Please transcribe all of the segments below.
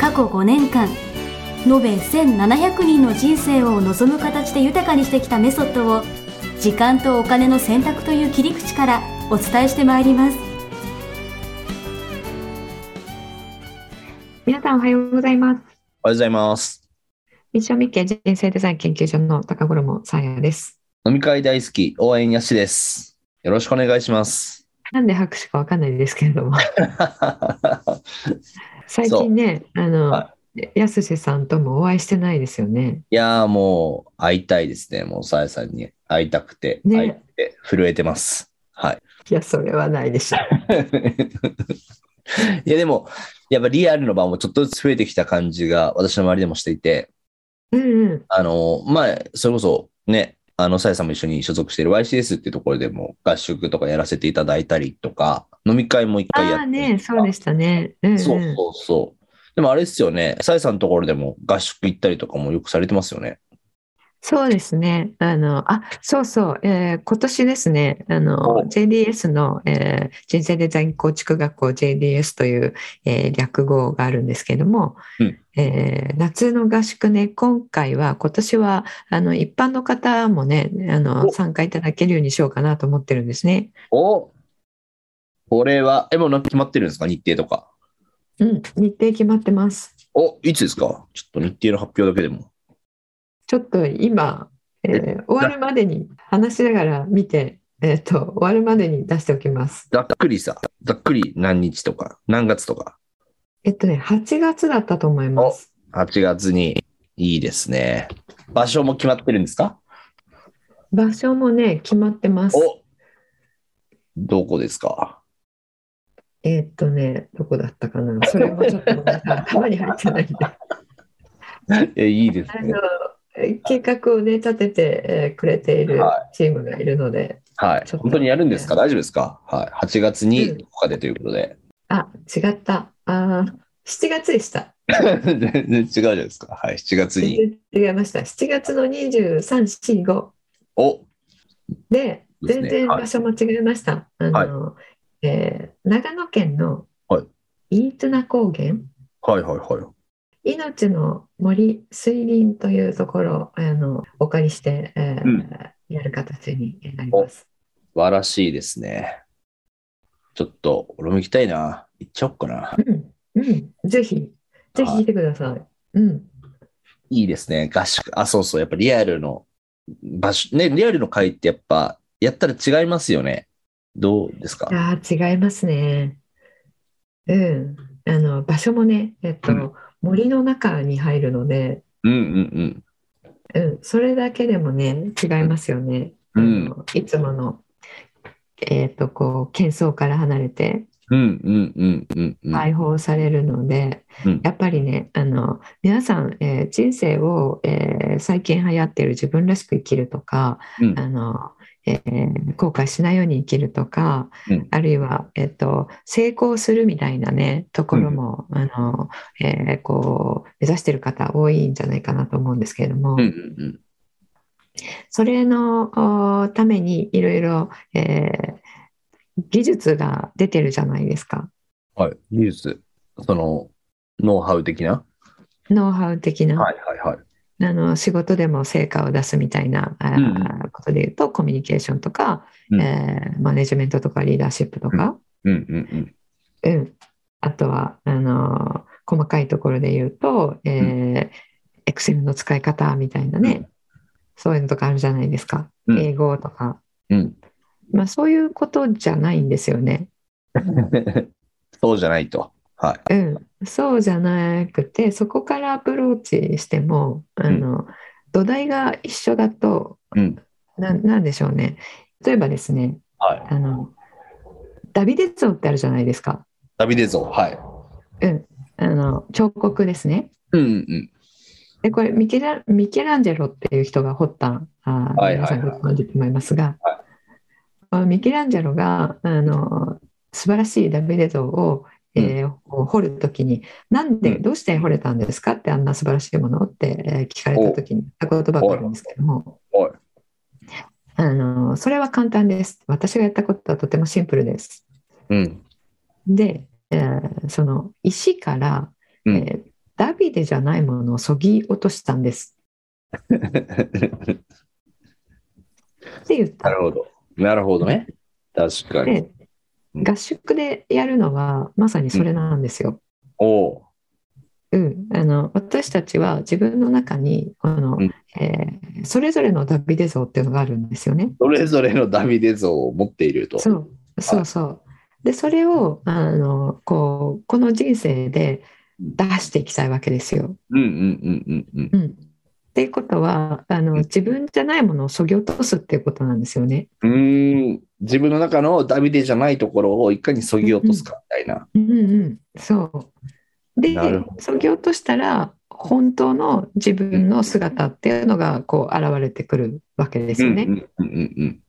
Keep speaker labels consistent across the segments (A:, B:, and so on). A: 過去5年間延べ1700人の人生を望む形で豊かにしてきたメソッドを時間とお金の選択という切り口からお伝えしてまいります
B: 皆さんおはようございます。
C: おはようございます。
B: 三島美家人生デザイン研究所の高衣さやです。
C: 飲み会大好き、応援やしです。よろしくお願いします。
B: なんで拍手かわかんないですけれど も、最近ね、あの
C: は、
B: やすしさんともお会いしてないですよね。
C: いやーもう会いたいですね。もうさやさんに会いたくて、
B: ね
C: 会いたくて震えてます。はい。
B: いや、それはないでしょ。
C: いやでも、やっぱリアルの場もちょっとずつ増えてきた感じが私の周りでもしていて、
B: うんうん。
C: あの、前、それこそね、あの、さやさんも一緒に所属している YCS っていうところでも合宿とかやらせていただいたりとか、飲み会も一回やっ
B: あ
C: て
B: あね、そうでしたね。うん、うん。
C: そうそうそう。でもあれですよね、さえさんのところでも合宿行ったりとかもよくされてますよね。
B: そうですね。あの、あ、そうそう。えー今年ですね、あの
C: お、
B: JDS の、えー人生デザイン構築学校 JDS という、えー略語があるんですけども、
C: うん
B: えー夏の合宿ね、今回は、今年は、あの、一般の方もね、あの、
C: お
B: 参加いただけるようにしようかなと思ってるんですね。
C: おこれは、え、もうなんか決まってるんですか日程とか。
B: うん、日程決まってます。
C: おいつですかちょっと日程の発表だけでも。
B: ちょっと今、えー終わるまでに話しながら見て、えっ、と、終わるまでに出しておきます。
C: ざっくりさ、ざっくり何日とか、何月とか。
B: えっとね、8月だったと思います。
C: 8月に、いいですね。場所も決まってるんですか
B: 場所もね、決まってます。
C: おどこですか
B: えーっとね、どこだったかな。それもちょっとま だ頭に入ってないんで。あ
C: え、いいですね
B: の。え計画をね、立てて、えーくれている
C: は
B: チームがいるので、
C: はい。
B: ちょっと
C: 本当にやるんですか大丈夫ですかはい。8月
B: うん
C: に、ここかでということで。
B: あ、違った。あー7月でした。
C: 全然違うじゃないですか。はい、7月に。
B: 全然違いました。7月の23、4、5
C: お
B: で、
C: です
B: 全
C: ね
B: 然
C: はい
B: 場所間違えました。あの、えー長野県の
C: はい
B: 飯綱高原。
C: はいはいはい。
B: 命の森水林というところをあのお借りして、えー
C: うん
B: やる形になります。
C: 素晴らしいですね。ちょっと、俺も行きたいな。行っちゃおっかな。
B: うん、うん、ぜひぜひ来てください。うん、
C: いいですね。合宿。あ、そうそう。やっぱリアルの場所。ね、リアルの会ってやっぱ、やったら違いますよね。どうですか
B: あー違いますね。うん、あの場所もね、えっと、
C: うん
B: 森の中に入るので、
C: うんうん
B: うん、それだけでもね違いますよね。
C: うん
B: あのいつものえっとこう喧騒から離れて
C: うん。うんうんうんうんうん。
B: 解放されるので。
C: うん
B: やっぱりね、あの皆さん、えー人生を、えー最近流行っている自分らしく生きるとか、
C: うん
B: あのえー後悔しないように生きるとか、
C: うん
B: あるいは、えっと成功するみたいなねところも、あのえーこう目指している方多いんじゃないかなと思うんですけれども、
C: うんうんうん。
B: それのおためにいろいろえー技術が出てるじゃないですか
C: はい。技術。その、ノウハウ的な。
B: ノウハウ的な。
C: はいはいはい。
B: あの仕事でも成果を出すみたいな、あー
C: うん
B: ことで言うとコミュニケーションとか、
C: うん
B: えーマネジメントとかリーダーシップとか、
C: うんうんうん。
B: うんあとはあのー細かいところで言うと、えー Excel の使い方みたいなね、
C: う
B: そういうのとかあるじゃないですか、
C: うん
B: 英語とか、
C: うん。
B: まあ、そういうことじゃないんですよね。
C: そうじゃないと。はい。
B: うん、そうじゃなくてそこからアプローチしてもあの、土台が一緒だと、
C: うん
B: ななんでしょうね例えばですね
C: はい。
B: あのダビデ像ってあるじゃないですか
C: ダビデ像。はい。
B: うん、あの彫刻ですね。
C: うんうん。
B: でこれミケラミケランジェロっていう人が彫ったあー、
C: はいはいはい
B: 皆さんご存知と思いますが、
C: は
B: あミケランジェロがあの素晴らしいダビデ像を、えー彫るときになんで、
C: うん
B: どうして彫れたんですかってあんな素晴らしいものって、えー聞かれたときに言った言葉があるんですけども
C: おい。
B: あのそれは簡単です私がやったことはとてもシンプルです
C: うん。
B: で、えーその石から、え
C: うん
B: ーダビデじゃないものをそぎ落としたんですって言っ
C: な
B: た
C: るほど。なるほどね。確かに。
B: で合宿でやるのはまさにそれなんですよ。
C: おう。
B: うん、あの私たちは自分の中にこの、
C: うん
B: えーそれぞれのダビデ像っていうのがあるんですよね。
C: それぞれのダビデ像を持っていると。
B: そうそうそう。でそれをあのこうこの人生で出していきたいわけですよ。
C: うんうんうんうんうん。
B: うん、っていうことはあ
C: うん
B: の自分じゃないものをそぎ落とすっていうことなんですよね。
C: うーん自分の中のダビデじゃないところをいかにそぎ落とすかみたいな。
B: うんうん、そうで
C: なるほど
B: そぎ落としたら本当の自分の姿っていうのがこう現れてくるわけですよね。
C: うんうんうんうん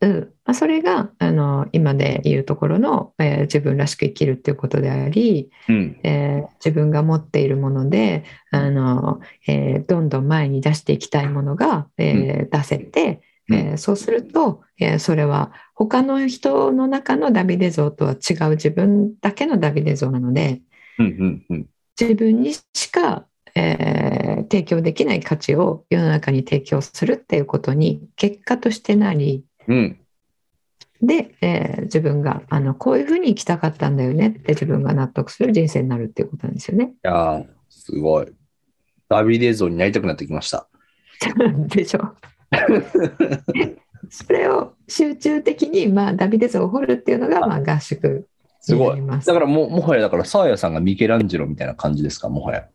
B: うんまあ、それがあの今で言うところの、えー自分らしく生きるっていうことであり、
C: うんうん
B: えー自分が持っているものであの、えーどんどん前に出していきたいものが、えー出せて、
C: うん
B: えーそうすると、えーそれは他の人の中のダビデ像とは違う自分だけのダビデ像なので
C: うんうん
B: 自分にしか、えー提供できない価値を世の中に提供するっていうことに結果としてなり
C: うん
B: で、えー自分があのこういうふうに生きたかったんだよねって自分が納得する人生になるっていうことなんですよね。
C: いやーすごい。ダビデ像になりたくなってきました。
B: でしょ。それを集中的に、まあ、ダビデ像を掘るっていうのが、まあ、合宿
C: す
B: に
C: ご
B: ないり。ます
C: だ。からもうもはやだからサーヤさんがミケランジェロみたいな感じですかもはや。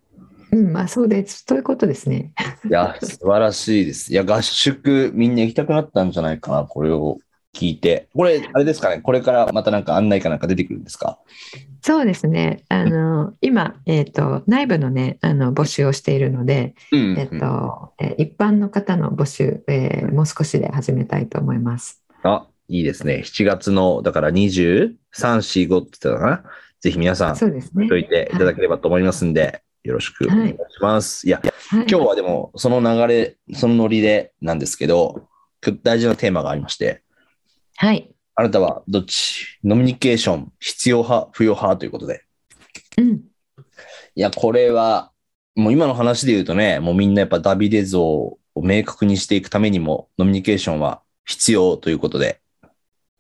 B: うん、まあそうです。ということですね。
C: いや素晴らしいです。いや合宿みんな行きたくなったんじゃないかなこれを聞いて。これあれですかねこれからまたなんか案内かなんか出てくるんですか
B: そうですね。あの、今、えっ、と、内部のね、あの、募集をしているので、
C: うん
B: えっ、と、えー一般の方の募集、えーもう少しで始めたいと思います。
C: あ、いいですね。7月の、だから23、4、5って言ってたかな。ぜひ皆さん、
B: そうですね。
C: といていただければと思いますんで、よろしくお願いします。い、や、
B: はい、
C: 今日はでも、その流れ、そのノリでなんですけど、今日大事なテーマがありまして、
B: はい。
C: あなたはどっちノミニケーション、必要派、不要派ということで。
B: うん。
C: いや、これは、もう今の話で言うとね、もうみんなやっぱダビデ像を明確にしていくためにも、ノミニケーションは必要ということで、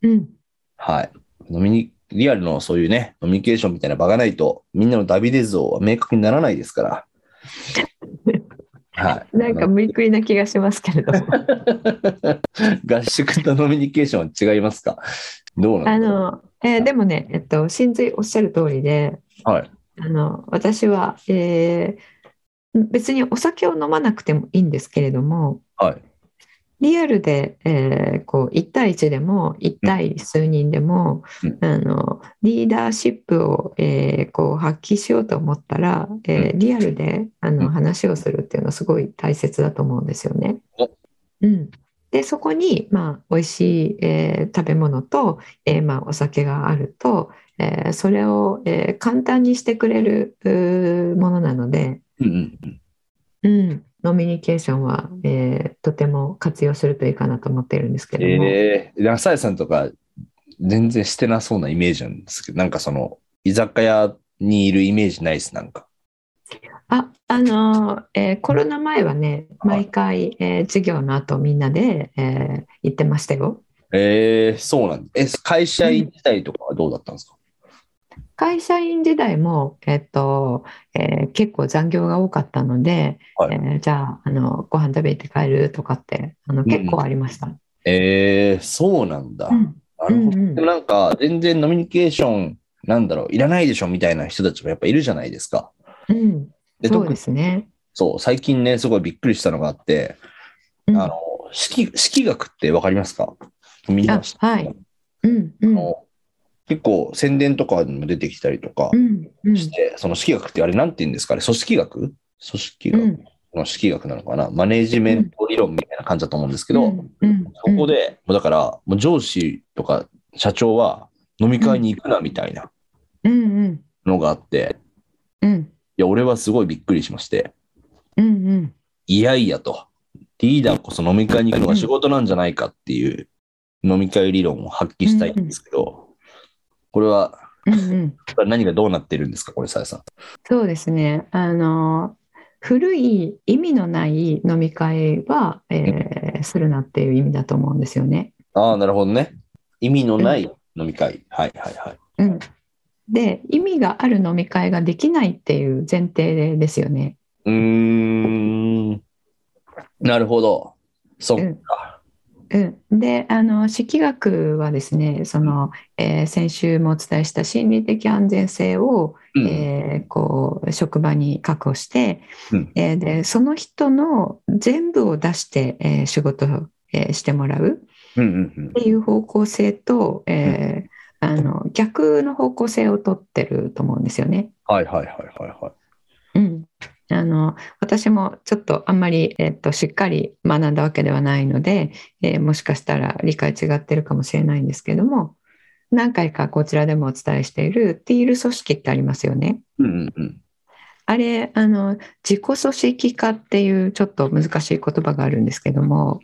B: うん。
C: はい。飲みに、リアルのそういうね、コミュニケーションみたいな場がないと、みんなのダビデ像は明確にならないですから。 はい。
B: なんか無理くりな気がしますけれ ども。
C: 合宿とノミニケーションは違いますかどうな
B: あ
C: んだろ
B: の、えーでもね、えっと、真髄おっしゃる通りで、
C: うはい。
B: あの、私は、えー別にお酒を飲まなくてもいいんですけれども、
C: はい。
B: リアルで、えーこう1対1でも1対数人でも、
C: うん
B: あのリーダーシップを、えーこう発揮しようと思ったら、えーリアルであ
C: うん
B: の話をするっていうのはすごい大切だと思うんですよね。うん、でそこに、まあ、美味しい、えー食べ物と、えーまあ、お酒があると、えーそれを、えー簡単にしてくれるうーものなので。
C: うんうん。
B: うん、ノミニケーションは、えーとても活用するといいかなと思っているんですけれども、
C: ええー、なさやさんとか、全然してなそうなイメージなんですけど、なんかその、居酒屋にいるイメージないです、なんか。
B: ああのーえーコロナ前はね
C: はい
B: 毎回、えー授業の後みんなで、えー行ってましたよ
C: ええー、そうなんです。え、会社員自体とかはどうだったんですか、
B: 会社員時代も、えっとえー結構残業が多かったので、
C: はい
B: えーじゃああのご飯食べて帰るとかってあの
C: ん
B: 結構ありました、
C: ええー、そうなんだ。
B: うん
C: なるほど。
B: うんうん
C: でもなんか、全然ノミニケーション、なんだろう、いらないでしょみたいな人たちもやっぱいるじゃないですか。
B: うん
C: で、
B: そう
C: 特
B: で
C: に、
B: すね、
C: そう、最近ね、すごいびっくりしたのがあって、
B: う
C: あ
B: ん、
C: の、式、式学ってわかりますかみんな
B: あはいうんう
C: あ
B: ん
C: の、結構宣伝とかにも出てきたりとか
B: うんうん
C: して、その指揮学ってあれなんて言うんですかね、組織学組織学
B: うん
C: の指揮学なのかな、マネジメント理論みたいな感じだと思うんですけど、
B: うんうん
C: そこで、もうだから、もう上司とか社長は飲み会に行くなみたいな
B: うんうん
C: のがあって、
B: うん
C: いや、俺はすごいびっくりしまして、
B: うんうん
C: いやいやと、リーダーこそ飲み会に行くのが仕事なんじゃないかっていう飲み会理論を発揮したいんですけど、これは
B: うんうん
C: 何がどうなってるんですか、これ、さやさん。
B: そうですね。あの古い意味のない飲み会は、えーするなっていう意味だと思うんですよね。
C: ああ、なるほどね。意味のない飲み会。はいはいはい。
B: うん、で意味がある飲み会ができないっていう前提ですよね。
C: うーん。なるほど。そっか。
B: うん、であの指揮学はですねその、えー先週もお伝えした心理的安全性を、
C: うん。
B: えーこう職場に確保して、
C: うん
B: えーでその人の全部を出して、えー仕事を、えーしてもらう。
C: うんうん
B: っていう方向性と、えーあの逆の方向性をとってると思うんですよね。
C: はいはいはいはいは
B: う
C: い。
B: ん、あの私もちょっとあんまり、えっと、しっかり学んだわけではないので、えーもしかしたら理解違ってるかもしれないんですけども何回かこちらでもお伝えしているティール組織ってありますよね。
C: うんうんうん。
B: あれあの自己組織化っていうちょっと難しい言葉があるんですけども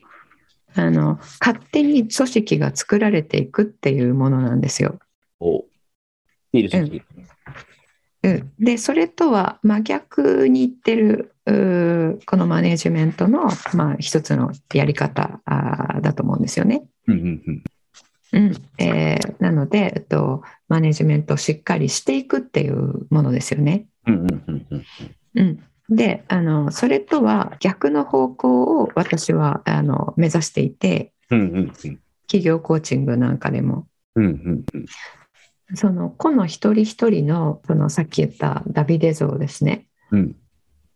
B: あの勝手に組織が作られていくっていうものなんですよ。
C: おいいですね。
B: うんでそれとは真逆に言ってるうーこのマネジメントの、まあ、一つのやり方あーだと思うんですよね。
C: うんうんうん。
B: うんえーなので、えっと、マネジメントをしっかりしていくっていうものですよね。
C: うんうんうんうん。
B: うん、であのそれとは逆の方向を私はあの目指していて
C: うんうんうん。
B: 企業コーチングなんかでも
C: うんうんうん。
B: その個の一人一人のそのさっき言ったダビデ像ですね
C: うん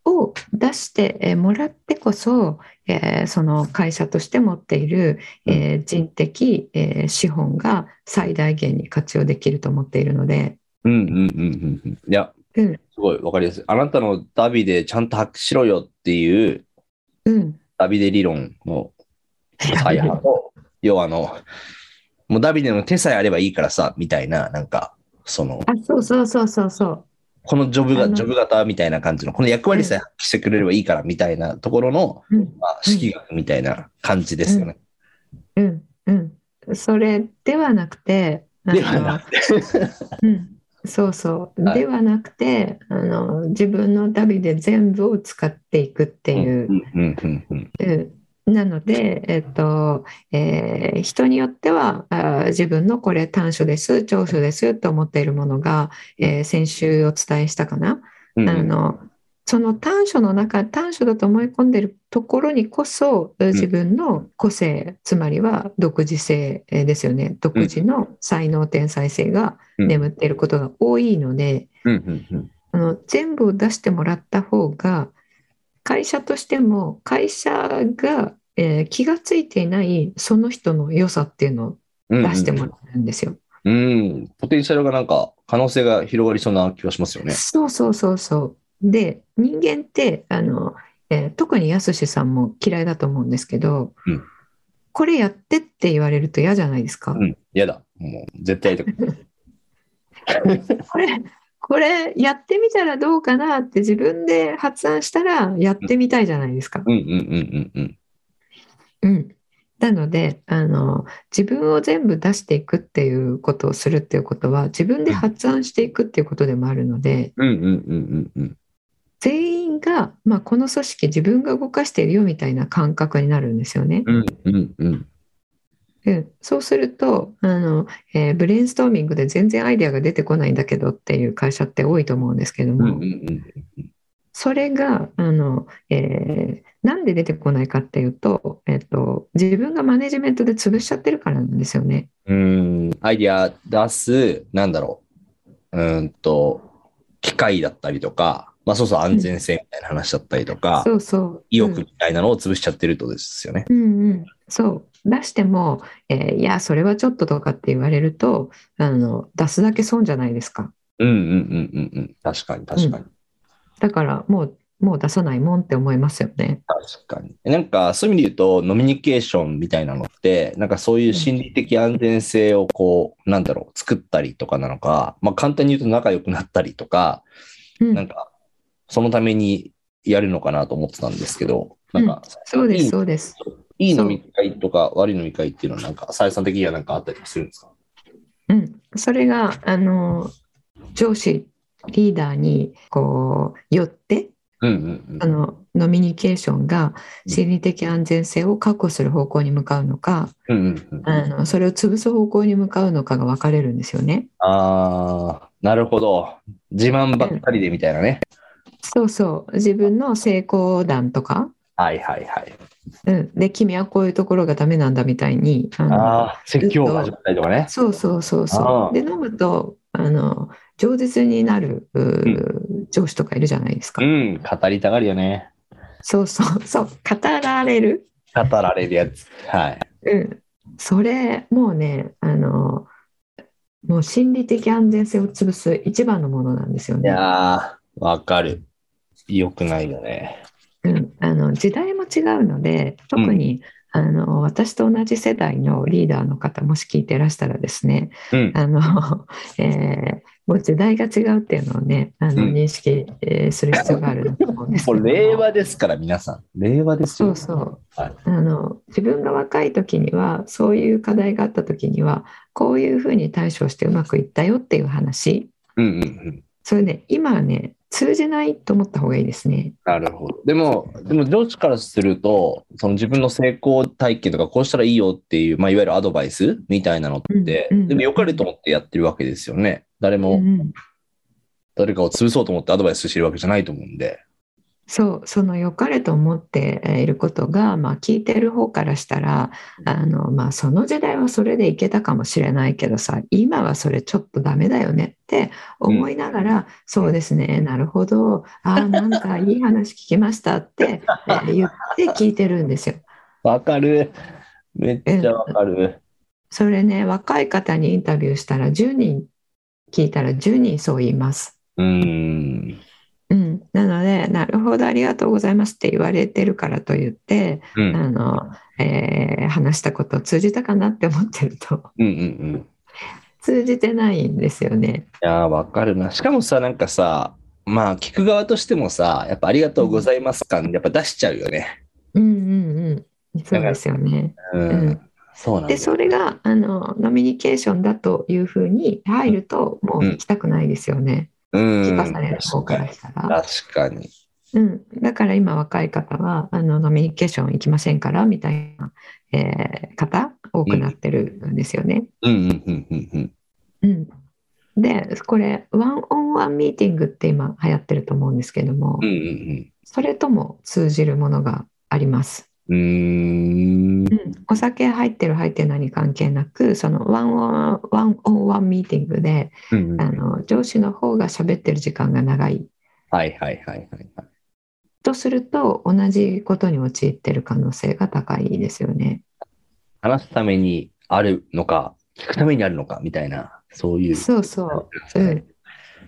B: を出してえーもらってこそ、えーその会社として持っている、えー人的、えー資本が最大限に活用できると思っているので、
C: うんうんうんうんうん。いや、
B: うん
C: すごいわかりやすい。あなたのダビでちゃんと発揮しろよっていう
B: うん、
C: ダビデ理論の再派と、要はあの、もうダビデの手さえあればいいからさ、みたいな、なんか、その、
B: あそうそうそうそうそう
C: このジョブ
B: あ
C: が、
B: の
C: ジョブ型みたいな感じの、この役割さえ発揮してくれればいいからみたいなところの、
B: うん
C: まあ、指揮学みたいな感じですよね。
B: うんうん、それではなくてあ
C: ではな
B: の、
C: くて。
B: うん、そうそう、
C: はい
B: ではなくてあの自分のダビで全部を使っていくって
C: う
B: いう、
C: んうんうんうん
B: うん、なので、えっとえー人によってはあー自分のこれ短所です長所ですと思っているものが、えー先週お伝えしたかな、
C: うんう
B: あ
C: ん
B: のその短所の中短所だと思い込んでいるところにこそうん自分の個性、つまりは独自性えーですよね独自の才能天才性が眠っていることが多いので。
C: うんうん
B: あの全部を出してもらった方が会社としても会社が、えー気がついていないその人の良さっていうのを
C: うん
B: 出してもらえるんですよ。
C: うん、ポテンシャルがなんか、可能性が広がりそうな気がしますよね。
B: そうそうそうそう。で人間ってあの、えー特にやすしさんも嫌いだと思うんですけど、
C: うん
B: これやってって言われると嫌じゃないですか。
C: うん、嫌だ。もう、絶対やりたくない。
B: これこれやってみたらどうかなって自分で発案したらやってみたいじゃないですか。
C: うんうんうんうんうん。
B: うん、なのであの自分を全部出していくっていうことをするっていうことは自分で発案していくっていうことでもあるので
C: うんうんうんうんうん。
B: 全員が、まあ、この組織自分が動かしているよみたいな感覚になるんですよね。
C: うんうんうん。
B: うん、そうするとあの、えーブレインストーミングで全然アイデアが出てこないんだけどっていう会社って多いと思うんですけど
C: うんう
B: も、
C: んうん。
B: それがあの、えーなんで出てこないかっていうと、えっと自分がマネジメントで潰しちゃってるからなんですよね。
C: うーん、アイディア出す、なんだろう。うーんと、機械だったりとか、まあそうそう、安全性みたいな話だったりとか、
B: そうそう
C: 意欲みたいなのを潰しちゃってるってことですよね。
B: うんうんうんそう出しても、えーいや、それはちょっととかって言われると、あの、出すだけ損じゃないですか。
C: うんうんうんうんうん。確かに確かに。
B: だから、もう、もう出さないもんって思いますよね。
C: 確かに。なんかそういう意味で言うと、ノミニケーションみたいなのって、なんかそういう心理的安全性をこう、なんだろう、作ったりとかなのか、まあ簡単に言うと仲良くなったりとか、
B: うん
C: なんかそのためにやるのかなと思ってたんですけど、なんか、
B: そうで
C: い
B: す、
C: い
B: そうです。
C: いい飲み会とか悪い飲み会っていうのは、なんか、さやさん的にはなんかあったりするんですか
B: うん、それがあの上司リーダーにこうよって
C: うんうん
B: あのノミニケーションが心理的安全性を確保する方向に向かうのか
C: うん。うんうんうん、
B: あのそれを潰す方向に向かうのかが分かれるんですよね。
C: ああ、なるほど。自慢ばっかりでみたいなね。
B: そうそう自分の成功談とか、
C: はいはいはい。
B: うん、で君はこういうところがダメなんだみたいにあの
C: ああ、説教が始まったりとかね。
B: そうそうそう
C: あ
B: そ
C: あ
B: うで飲むとあの饒舌になるう上司とかいるじゃないですか。
C: うん、語りたがるよね。
B: そうそうそう語られる
C: 語られるやつ。はい。
B: うん、それもうねあのもう心理的安全性を潰す一番のものなんですよ
C: い
B: ね。
C: やー、わかる。よくないよね。
B: うん、あの時代も違うので特に、あの私と同じ世代のリーダーの方もし聞いてらしたらですね
C: うん。
B: あの、 えーもう時代が違うっていうのをねあの
C: うん
B: 認識、えーする必要があると思うんですけ
C: も
B: ど
C: う令和ですから、皆さん。令和です
B: そ
C: よ。
B: うそう
C: はい。
B: あの自分が若い時にはそういう課題があった時にはこういうふうに対処してうまくいったよっていう話
C: うんうんうん。
B: それね、今はね、通じないと思った方がいいですね。
C: なるほど。でも、でも上司からすると、その自分の成功体験とか、こうしたらいいよっていう、まあ、いわゆるアドバイスみたいなのって、
B: うんうん
C: でも良かれと思ってやってるわけですよね。誰も、
B: うん
C: 誰かを潰そうと思ってアドバイスしてるわけじゃないと思うんで。
B: そう、その良かれと思ってえーいることが、まあ、聞いてる方からしたら、あの、まあ、その時代はそれでいけたかもしれないけどさ、今はそれちょっとダメだよねって思いながら、そうですね、なるほど、ああ、なんかいい話聞きましたって、えー言って聞いてるんですよ。
C: わかる。めっちゃわかる。
B: それね、若い方にインタビューしたら、10人聞いたら10人そう言います。
C: うん。
B: うん、なので、なるほど、ありがとうございますって言われてるからと言って、
C: うん。うん
B: あの、えー話したことを通じたかなって思ってると、
C: うんうん。
B: 通じてないんですよね。
C: いやー、わかるな。しかもさ、なんかさ、まあ、聞く側としてもさ、やっぱありがとうございます感、やっぱ出しちゃうよね。
B: うんうんうん。そうですよね。
C: うん。
B: うん
C: そうなんだ。
B: で、それが、あの、ノミニケーションだというふうに入ると、もう行きたくないですよね。
C: うん、
B: 聞かされる方からしたら。
C: 確かに。
B: うん。だから今、若い方は、あの、ノミニケーション行きませんから、みたいな、えー方、多くなってるんですよね。
C: うんうんうんうんうん。
B: うん、でこれワンオンワンミーティングって今流行ってると思うんですけども、
C: うんうん
B: それとも通じるものがあります、
C: うん。うーん。
B: お酒入ってる入ってないに関係なくそのワンオンワンオンワンミーティングで
C: うん
B: あの上司の方が喋ってる時間が長い
C: はいはいはいはいはい。
B: とすると同じことに陥ってる可能性が高いですよね。
C: 話すためにあるのか、聞くためにあるのかみたいな、そういう。
B: そうそう、う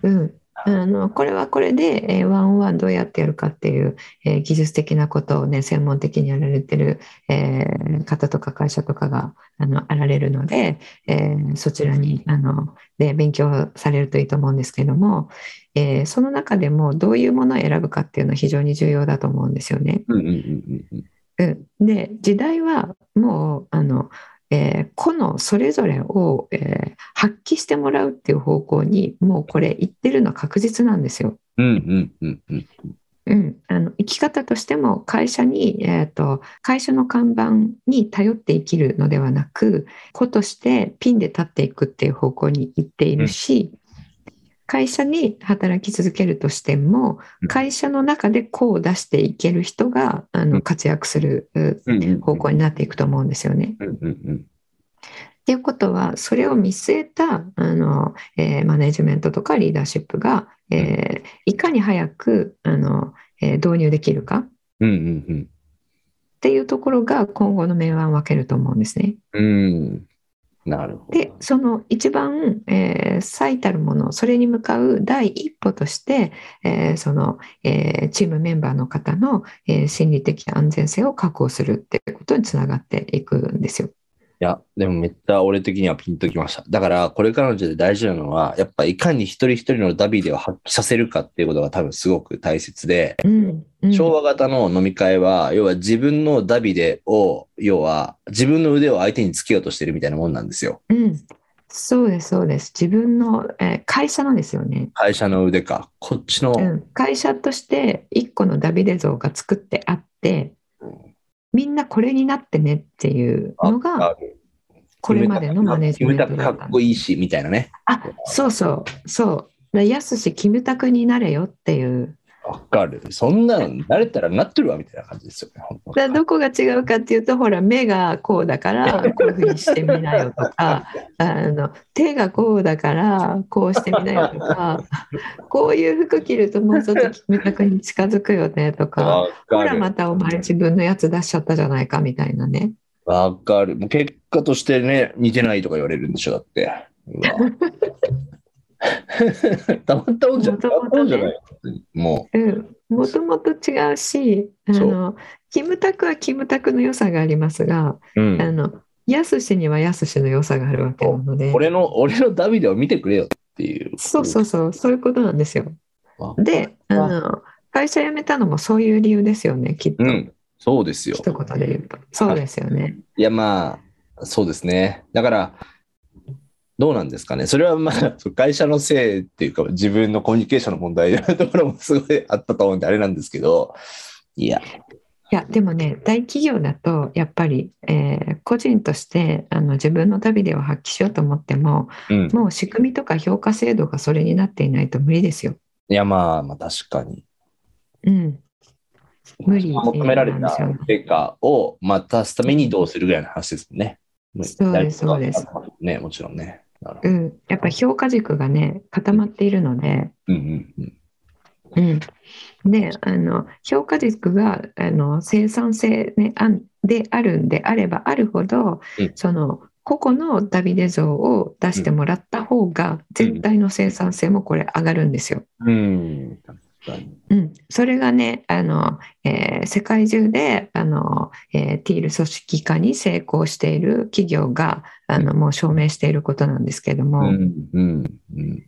B: んうん、あのこれはこれで、えーワンオンワンどうやってやるかっていう、えー技術的なことをね専門的にやられてる、えー方とか会社とかがあのあられるので、えーそちらにあので勉強されるといいと思うんですけども、えーその中でもどういうものを選ぶかっていうのは非常に重要だと思うんですよね。
C: うんうんうんうん
B: うん、で時代はもうあの、えー個のそれぞれを、えー発揮してもらうっていう方向にもうこれ行ってるのは確実なんですよ。
C: うんうんうんうん。
B: うん、あの生き方としても会社に、えー、と会社の看板に頼って生きるのではなく個としてピンで立っていくっていう方向に行っているし、会社に働き続けるとしても
C: うん
B: 会社の中で個を出していける人があ
C: う
B: の
C: ん
B: 活躍するう
C: うんうんうん
B: 方向になっていくと思うんですよね。
C: うんうん
B: っていうことはそれを見据えたあの、えーマネジメントとかリーダーシップが、えーいかに早くあの、えー導入できるか
C: うんうんうん
B: っていうところが今後の明暗を分けると思うんですね。
C: うん。なるほど。
B: でその一番、えー最たるものそれに向かう第一歩として、えーそのえーチームメンバーの方の、えー心理的安全性を確保するっていうことにつながっていくんですよ。
C: いや、でもめっちゃ俺的にはピンときました。だから、これからの時代大事なのは、やっぱいかに一人一人のダビデを発揮させるかっていうことが多分すごく大切で、
B: うんうん
C: 昭和型の飲み会は、要は自分のダビデを、要は自分の腕を相手につけようとしてるみたいなもんなんですよ。
B: うん、そうですそうです自分の、えー会社のですよね、
C: 会社の腕か。こっちの、
B: うん、会社として一個のダビデ像が作ってあってみんなこれになってねっていうのが
C: あ
B: これまでのマネジメント
C: キム
B: だ
C: タ
B: っ
C: クか
B: た
C: っこいいし、みたいなね。
B: あそうそうそうだやすしキムタクになれよっていう
C: わかる。そんなの、慣れたらなってるわ、みたいな感じですよね。本当
B: だどこが違うかっていうとほら目がこうだから こういうふうにしてみなよとかあの手がこうだからこうしてみなよとかこういう服着るともうちょっとキムタクに近づくよねとか
C: わ
B: ほ
C: からる。
B: またお前自分のやつ出しちゃったじゃないかみたいなね
C: わかる。もう結果としてね、似てないとか言われるんでしょ、だって。うわ たまったもんじゃない。
B: 元
C: たま
B: 々ね
C: ったもんじゃない。も
B: うんもともと違うしあのキムタクはキムタクの良さがありますが
C: う。う
B: あ
C: ん。
B: の、やすしにはやすしの良さがあるわけなので、
C: 俺の、俺のダビデを見てくれよっていう。
B: そうそうそう、そういうことなんですよ。
C: わ
B: で、あの、会社辞めたのもそういう理由ですよね、きっと。
C: うん。そうですよ。
B: 一言で言うと。そうですよね。
C: いや、まあ、そうですね。だから、どうなんですかね。それはまあ、そう会社のせいっていうか、自分のコミュニケーションの問題なところもすごいあったと思うんで、あれなんですけど、いや、
B: いや、でもね、大企業だと、やっぱり、えー個人としてあの自分のダビデを発揮しようと思っても、
C: うん。
B: もう仕組みとか評価制度がそれになっていないと無理ですよ。
C: いや、まあ、まあ、確かに。
B: うん。無理
C: 求めら
B: な
C: れ
B: んで
C: た
B: すよね
C: 成果を、まあ、出すためにどうするぐらいの話ですもんね。
B: そうですそうです。
C: ね、もちろんね。なるほ
B: う
C: ど。
B: ん。やっぱ評価軸がね、固まっているので、
C: うんうんうん。
B: うん、であの評価軸があの生産性、ね、あんであるんであればあるほど、
C: うん
B: その個々のダビデ像を出してもらった方が全体の生産性もこれ上がるんですよ。
C: うん。確かに。
B: うん、それがねあの、えー世界中であの、えーティール組織化に成功している企業があのもう証明していることなんですけど
C: う
B: も、
C: んうんうん。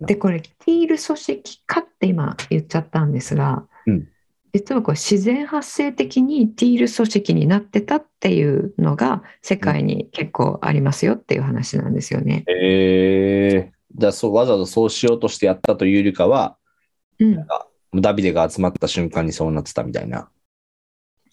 B: でこれティール組織化って今言っちゃったんですが、
C: うん
B: 実はこれ自然発生的にティール組織になってたっていうのが世界に結構ありますよっていう話なんですよね。
C: ええじゃあそう、わざわざそうしようとしてやったというよりかは、
B: うん、
C: ダビデが集まった瞬間にそうなってたみたいな。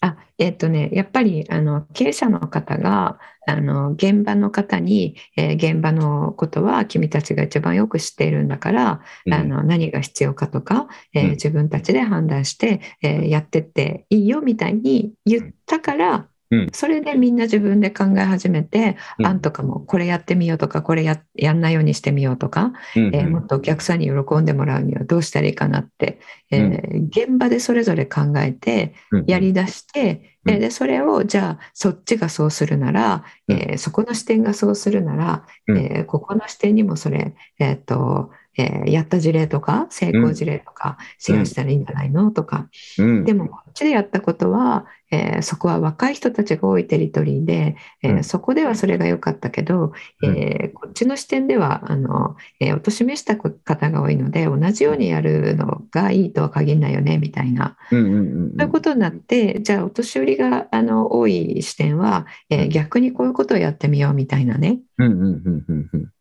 B: あえっ、とねやっぱりあの経営者の方があの現場の方に、えー現場のことは君たちが一番よく知っているんだから、
C: うん
B: あの何が必要かとか、えー
C: うん
B: 自分たちで判断して、えーやってっていいよみたいに言ったから、
C: うん
B: それでみんな自分で考え始めて、
C: うん
B: あんとかもこれやってみようとかこれややんないようにしてみようとか、
C: うん
B: えーもっとお客さんに喜んでもらうにはどうしたらいいかなって、えー現場でそれぞれ考えて
C: うん
B: やりだして、
C: うん
B: えーでそれをじゃあそっちがそうするなら、
C: うん
B: えーそこの視点がそうするなら、
C: うん
B: えーここの視点にもそれ、えーとえーやった事例とか成功事例とかシェアしたらいいんじゃないのとか、
C: うん
B: でもこっちでやったことは、えーそこは若い人たちが多いテリトリーで、えー
C: うん
B: そこではそれが良かったけど、えーこっちの視点ではあの、えー、おとしめした方が多いので同じようにやるのがいいとは限らないよねみたいな、
C: うんうんうんうん
B: そういうことになってじゃあお年寄りがあの多い視点は、えー
C: うん
B: 逆にこういうことをやってみようみたいなね
C: うんうんうんうんうん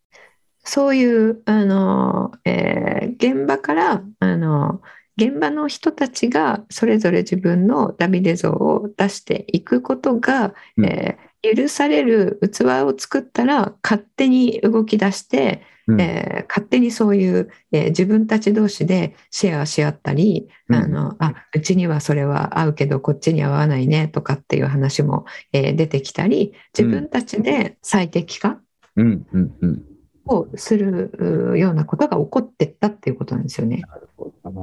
B: そういうあの、えー現場からあの現場の人たちがそれぞれ自分のダビデ像を出していくことが、
C: うん
B: えー許される器を作ったら勝手に動き出して、
C: うん
B: えー勝手にそういう、えー自分たち同士でシェアし合ったり、
C: うん
B: あのあうちにはそれは合うけどこっちには合わないねとかっていう話も、えー出てきたり自分たちで最適化、
C: うんうんうん
B: をするうようなことが起こってったっていうことなんですよね。
C: そうだな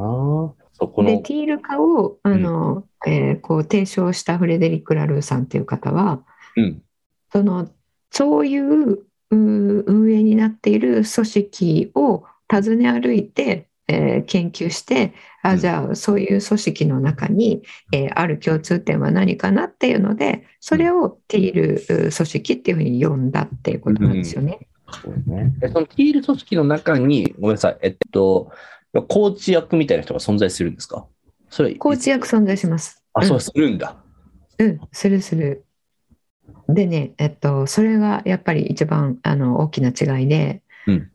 C: そここ
B: で
C: の、
B: ティール化をあの、えーこう提唱したフレデリック・ラルーさんっていう方は
C: うん、
B: そのそういううー運営になっている組織を訪ね歩いて、えー研究して
C: う
B: あ
C: ん
B: じゃあそういう組織の中に、えーある共通点は何かなっていうのでそれをティールうー組織っていうふうに呼んだっていうことなんですよね。
C: そうね。えそのティール組織の中に、ごめんなさい、えっと、コーチ役みたいな人が存在するんですかそれ、
B: コーチ役存在します。
C: あ、そう、するんだ。
B: うん、するする。でね、えっと、それがやっぱり一番あの大きな違いで、
C: うん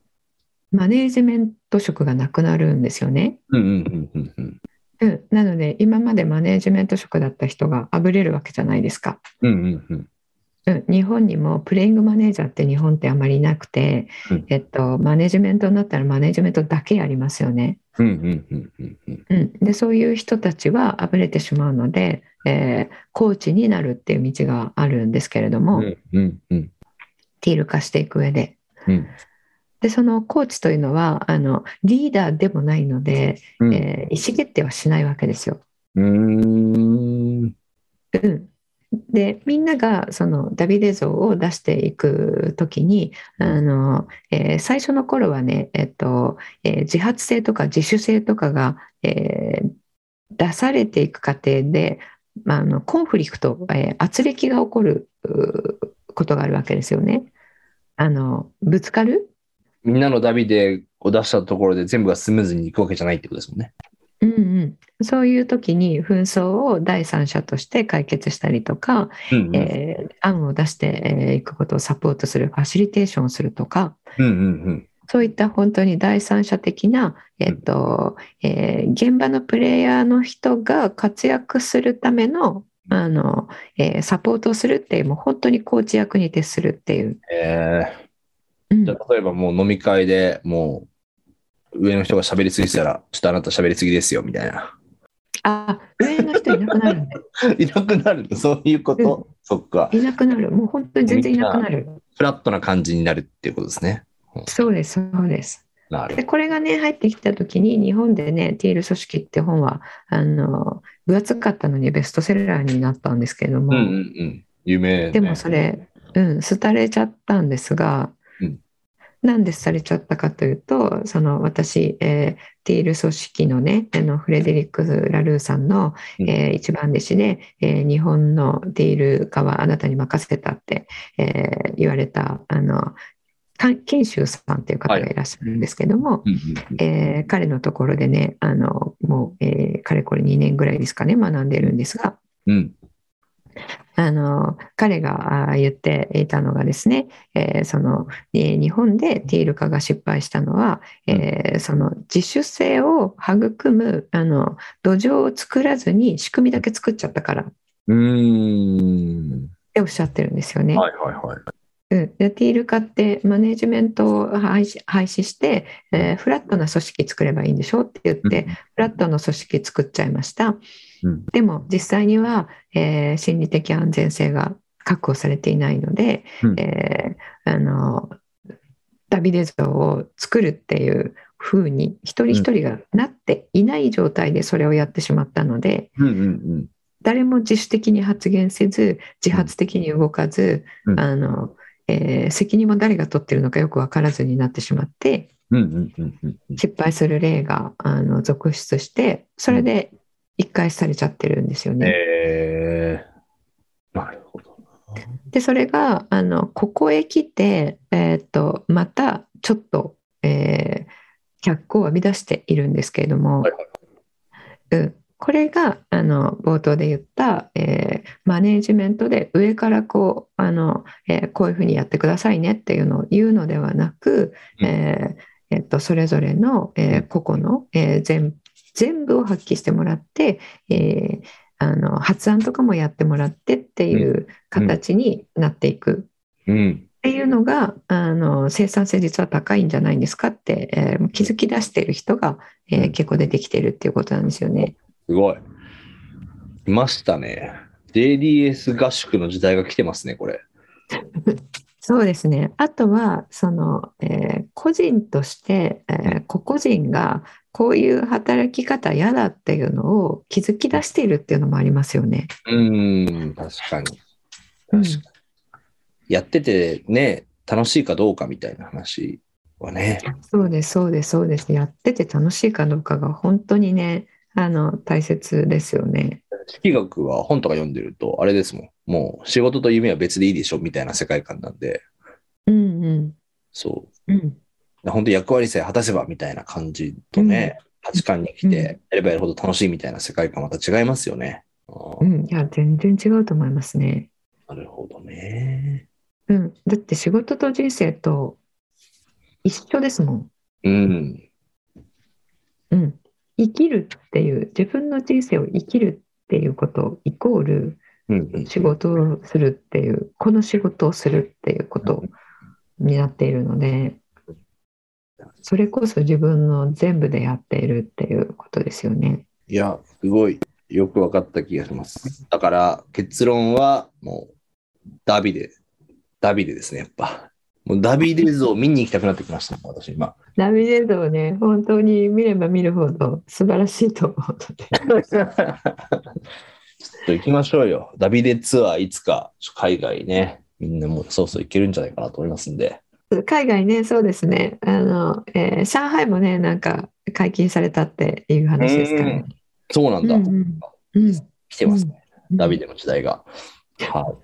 B: マネージメント職がなくなるんですよね。
C: うんうんうんうんうん。
B: うん、なので、今までマネージメント職だった人があぶれるわけじゃないですか。
C: うんうんうん。
B: うん、日本にもプレイングマネージャーって日本ってあまりいなくて、
C: うん
B: えっと、マネージメントになったらマネージメントだけやりますよね。
C: うんうんうんうんうん。
B: うん、でそういう人たちはあぶれてしまうので、えーコーチになるっていう道があるんですけれども、
C: うんうんうん
B: ティール化していく上で。
C: うん
B: でそのコーチというのはあのリーダーでもないので、
C: うん
B: えー意思決定はしないわけですよ。
C: うーん
B: うん、でみんながそのダビデ像を出していく時にあの、えー最初の頃はね、えっとえー自発性とか自主性とかが、えー出されていく過程で、まあ、あのコンフリクト、えー、圧力が起こるうーことがあるわけですよね。あのぶつかる
C: みんなのダビデを出したところで全部がスムーズにいくわけじゃないってことですもんね。
B: うんうん、そういう時に紛争を第三者として解決したりとか、
C: うんうん
B: えー案を出してえーいくことをサポートするファシリテーションをするとか
C: うんうん
B: そういった本当に第三者的な、えっとえー現場のプレイヤーの人が活躍するためのあの、えーサポートをするっていうもう本当にコーチ役に徹するっていう。
C: え
B: うん
C: ーじゃあ例えばもう飲み会でもう上の人が喋りすぎてたら、ちょっとあなた喋りすぎですよみたいな。
B: あ上の人いなくなるんだ
C: いなくなるのそういうこと、そっか。
B: いなくなるもう本当に全然いなくなる
C: フラットな感じになるっていうことですね。
B: そうですそうです
C: なる
B: でこれがね入ってきた時に日本でね「ティール組織」って本はあの分厚かったのにベストセラーになったんですけれども、
C: うんうんうん。夢、ね。
B: でもそれ、うん、廃れちゃったんですが、
C: うん
B: なんで廃れちゃったかというとその私、えーティール組織のねあのフレデリック・ラルーさんの、
C: うん
B: えー一番弟子で、えー日本のティール化はあなたに任せたって、えー言われたあのか賢秀さんという方がいらっしゃるんですけども、
C: うん
B: えー彼のところでねあのもう、えーかれこれ2年ぐらいですかね学んでるんですが
C: うんうん。
B: あの彼があー言っていたのがですね、えーそのえー日本でティール化が失敗したのは、えーその自主性を育むあの土壌を作らずに仕組みだけ作っちゃったからっ
C: うん。うーん。
B: ておっしゃってるんですよね。
C: はいはいはい。
B: うん、でティール化ってマネジメントを廃止廃止して、えーフラットな組織作ればいいんでしょって言って、フラットの組織作っちゃいました、
C: うん
B: でも実際には、えー心理的安全性が確保されていないので、
C: うん
B: えーあのダビデ像を作るっていう風に一人一人がなっていない状態でそれをやってしまったので
C: うんうんうん。
B: 誰も自主的に発言せず自発的に動かず、
C: うん
B: あのえー責任も誰が取ってるのかよく分からずになってしまって、
C: うんうんうんうんうん。
B: 失敗する例があの続出してそれで一回されちゃってるんですよね。
C: えー、なるほど。
B: でそれがあのここへ来て、えー、とまたちょっと、えー脚光を浴び出しているんですけれども、
C: はい
B: うん、これがあの冒頭で言った、えーマネージメントで上からこうあの、えーこういうふうにやってくださいねっていうのを言うのではなく、
C: うん
B: えーえっと、それぞれの、えー個々の、えー全全部を発揮してもらって、えーあの発案とかもやってもらってっていう形になっていく
C: うん。
B: っていうのがあの生産性実は高いんじゃないんですかって、えー気づき出している人が、えー
C: うん
B: 結構出てきてるっていうことなんですよね。
C: すごい。来ましたね。JDS 合宿の時代が来てますね、これ。
B: そうですね。あとは、その、えー個人として、えー個々人がこういう働き方嫌だっていうのを気づき出しているっていうのもありますよね。
C: うん、確かに。
B: うん
C: 確かに。やっててね、楽しいかどうかみたいな話はね。
B: そうです、そうです、そうです。やってて楽しいかどうかが本当にね、あの、大切ですよね。
C: 心理学は本とか読んでると、あれですもん。もう仕事と夢は別でいいでしょみたいな世界観なんで、
B: うんうん。
C: そう。
B: うん、
C: 本当役割さえ果たせばみたいな感じとね、価値観に来
B: うん
C: て、やればやるほど楽しいみたいな世界観また違いますよね。あ
B: う
C: ー
B: ん、いや、全然違うと思いますね。
C: なるほどね。
B: うん、だって仕事と人生と一緒ですもん。
C: うん。
B: うん、生きるっていう自分の人生を生きるっていうことイコール
C: うんうん
B: 仕事をするっていうこの仕事をするっていうことになっているのでそれこそ自分の全部でやっているっていうことですよね。
C: いや、すごいよく分かった気がします。だから結論はもうダビデ、ダビデですね、やっぱ。もうダビデ像を見に行きたくなってきました、私今。
B: ナビゲートをね本当に見れば見るほど素晴らしいと思うので
C: ちょっと行きましょうよ。ダビデツアーいつか海外ね、みんなもうそうそう行けるんじゃないかなと思いますんで。
B: 海外ねそうですねあの、えー上海もねなんか解禁されたっていう話ですからね。
C: そうなんだ。
B: うんうんうん
C: 来てますね。
B: うん
C: ダビデの時代が。はい。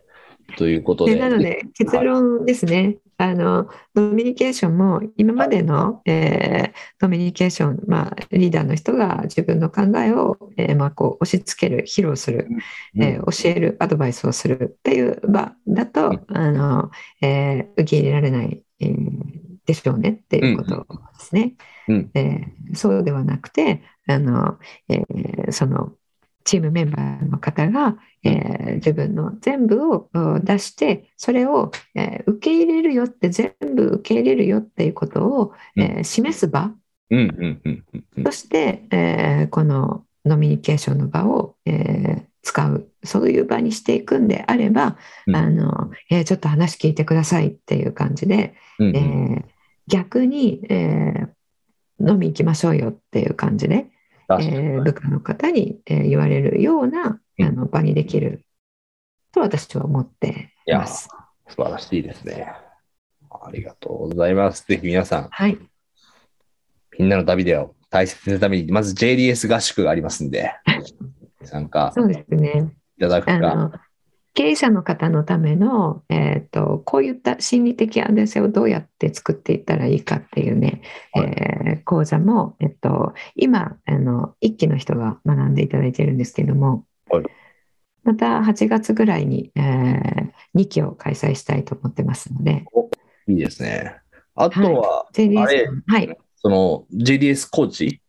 C: ということ
B: で
C: で。
B: なので結論ですね、あのドミニケーションも今までの、えードミニケーション、まあ、リーダーの人が自分の考えを、えーまあ、こう押し付ける披露する、
C: うん、
B: えー教えるアドバイスをするっていう場だと、
C: うん
B: あのえー受け入れられない、えーでしょうねっていうことですね。
C: うん
B: えーそうではなくてあの、えーそのチームメンバーの方が、えー自分の全部をうん出してそれを、えー受け入れるよって全部受け入れるよっていうことを、えー示す場
C: うんうんうんうんうん
B: として、えーこのノミニケーションの場を、えー使うそういう場にしていくんであれば、
C: うん
B: あのえーちょっと話聞いてくださいっていう感じで、
C: うん
B: え
C: うん。
B: ー逆に、えー飲み行きましょうよっていう感じで、
C: 確
B: え
C: かに
B: ー部下の方に、えー言われるような
C: うん
B: あの場にできると私は思っています。
C: 素晴らしいですね。ありがとうございます。ぜひ皆さん、
B: はい、
C: みんなのダビデを大切にするために、まず JDS 合宿があります んで、参加
B: そうですね。
C: いただく
B: あ
C: か。
B: の経営者の方のための、えー、とこういった心理的安全性をどうやって作っていったらいいかっていうね、
C: はい
B: えー講座も、えっと今あの1期の人が学んでいただいてるんですけども、
C: はい
B: また8月ぐらいに、え2期を開催したいと思ってますので
C: いいですね。あとは、
B: JDS
C: あれ
B: はい、
C: その JDS コーチ、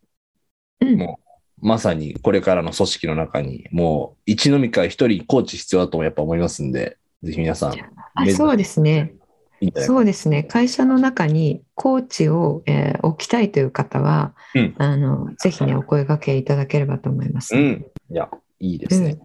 B: うん
C: もうまさにこれからの組織の中に、もう一飲み会一人コーチ必要だともやっぱ思いますんで、ぜひ皆さん、
B: あそうですね。
C: いいんじゃないか
B: そうですね会社の中にコーチを、えー置きたいという方は、
C: うん
B: あのぜひねお声掛けいただければと思います。
C: うん。いや、いいですね。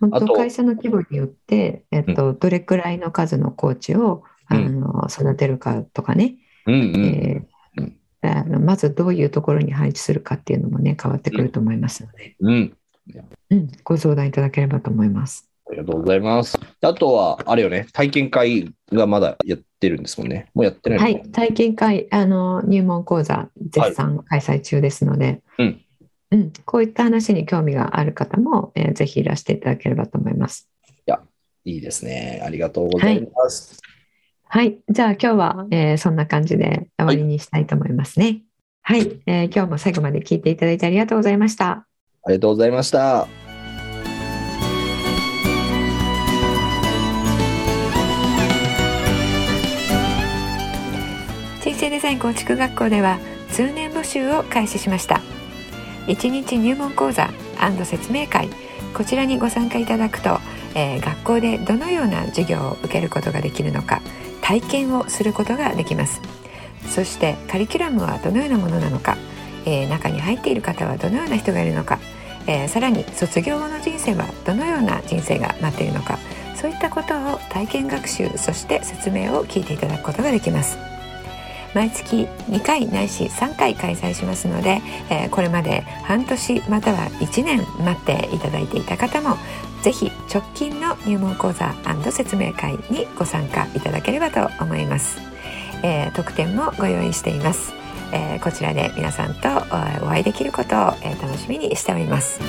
B: 本
C: あと
B: 当会社の規模によって、えっとどれくらいの数のコーチを、
C: う
B: あ
C: ん
B: の育てるかとかね、
C: うんうん。
B: えー
C: うん
B: あのまずどういうところに配置するかっていうのもね変わってくると思いますので、
C: うん。
B: うん、ご相談いただければと思います。
C: ありがとうございます。あとは、あれよね、体験会がまだやってるんですもんね。もうやってないの
B: は
C: か
B: い、体験会あの入門講座絶賛開催中ですので、
C: うん
B: うんこういった話に興味がある方も、えーぜひいらしていただければと思います。
C: いいですね。ありがとうございます。
B: はい、じゃあ今日は、えーそんな感じで終わりにしたいと思いますね。はい、えー今日も最後まで聞いていただいてありがとうございました。
C: ありがとうございました。
B: 人生デザイン構築学校では通年募集を開始しました1日入門講座説明会こちらにご参加いただくと、えー学校でどのような授業を受けることができるのか体験をすることができますそしてカリキュラムはどのようなものなのか、えー中に入っている方はどのような人がいるのか、えーさらに卒業後の人生はどのような人生が待っているのかそういったことを体験学習そして説明を聞いていただくことができます毎月2回ないし3回開催しますので、えーこれまで半年または1年待っていただいていた方もぜひ直近の入門講座説明会にご参加いただければと思います、えー特典もご用意しています、えーこちらで皆さんとえーお会いできることをえー楽しみにしております